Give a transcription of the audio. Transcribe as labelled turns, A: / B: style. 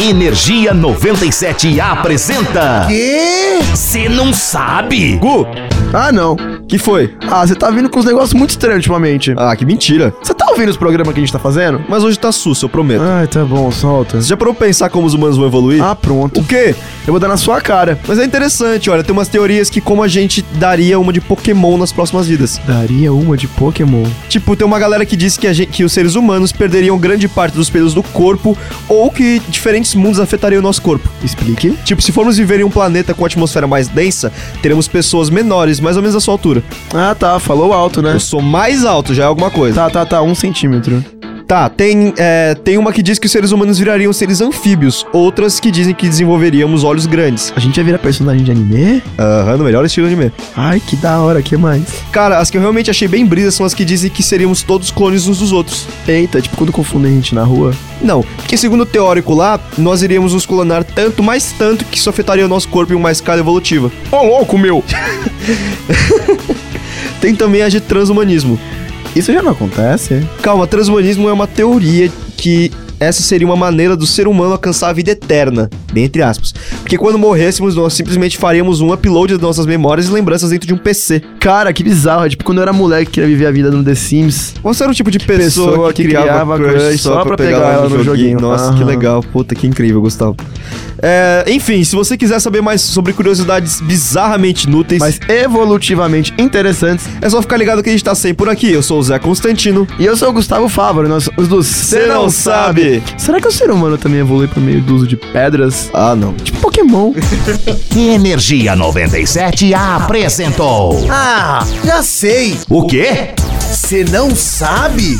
A: Energia 97 apresenta.
B: Quê?
A: Você não sabe?
C: Gu,
B: Ah, não.
C: que foi?
B: Ah, você tá vindo com uns negócios muito estranhos ultimamente.
C: Ah, que mentira.
B: Você tá ouvindo os programas que a gente tá fazendo?
C: Mas hoje tá susto, eu prometo.
B: Ai, tá bom, solta.
C: Você já parou pra pensar como os humanos vão evoluir?
B: Ah, pronto.
C: O quê?
B: Eu vou dar na sua cara.
C: Mas é interessante, olha, tem umas teorias que como a gente daria uma de Pokémon nas próximas vidas.
B: Daria uma de Pokémon.
C: Tipo, tem uma galera que diz que, a gente- que os seres humanos perderiam grande parte dos pelos do corpo ou que diferentes mundos afetariam o nosso corpo.
B: Explique.
C: Tipo, se formos viver em um planeta com atmosfera mais densa, teremos pessoas menores, mais ou menos da sua altura.
B: Ah, tá. Falou alto, né?
C: Eu sou mais alto, já é alguma coisa.
B: Tá, tá, tá. Um centímetro.
C: Tá, tem, é, tem uma que diz que os seres humanos virariam seres anfíbios, outras que dizem que desenvolveríamos olhos grandes.
B: A gente ia virar personagem de anime?
C: Aham, no melhor estilo de anime.
B: Ai, que da hora. que mais?
C: Cara, as que eu realmente achei bem brisa são as que dizem que seríamos todos clones uns dos outros.
B: Eita, tipo quando confundem a gente na rua.
C: Não, porque segundo o teórico lá, nós iríamos nos clonar tanto, mais tanto, que isso afetaria o nosso corpo em uma escala evolutiva.
B: Ô, louco, meu!
C: Tem também a de transhumanismo.
B: Isso já não acontece?
C: Calma, transhumanismo é uma teoria que essa seria uma maneira do ser humano alcançar a vida eterna, bem entre aspas. Porque quando morrêssemos, nós simplesmente faríamos um upload das nossas memórias e lembranças dentro de um PC.
B: Cara, que bizarro. É tipo quando eu era moleque queria viver a vida no The Sims.
C: Você era o tipo de pessoa,
B: Pessoa
C: que,
B: que
C: criava,
B: criava
C: crush só pra pegar ela no joguinho. Nossa, que
B: Aham.
C: legal. Puta, que incrível, Gustavo. É, enfim, se você quiser saber mais sobre curiosidades bizarramente inúteis,
B: Mas evolutivamente interessantes.
C: é só ficar ligado que a gente tá sempre por aqui. Eu sou o Zé Constantino.
B: E eu sou o Gustavo Fávaro, nós somos do Cê
C: Não Sabe.
B: Será que o ser humano também evolui por meio do uso de pedras?
C: Ah, não.
B: Tipo Pokémon.
A: Energia 97 apresentou.
D: Ah, já sei!
A: O quê?
D: Você não sabe?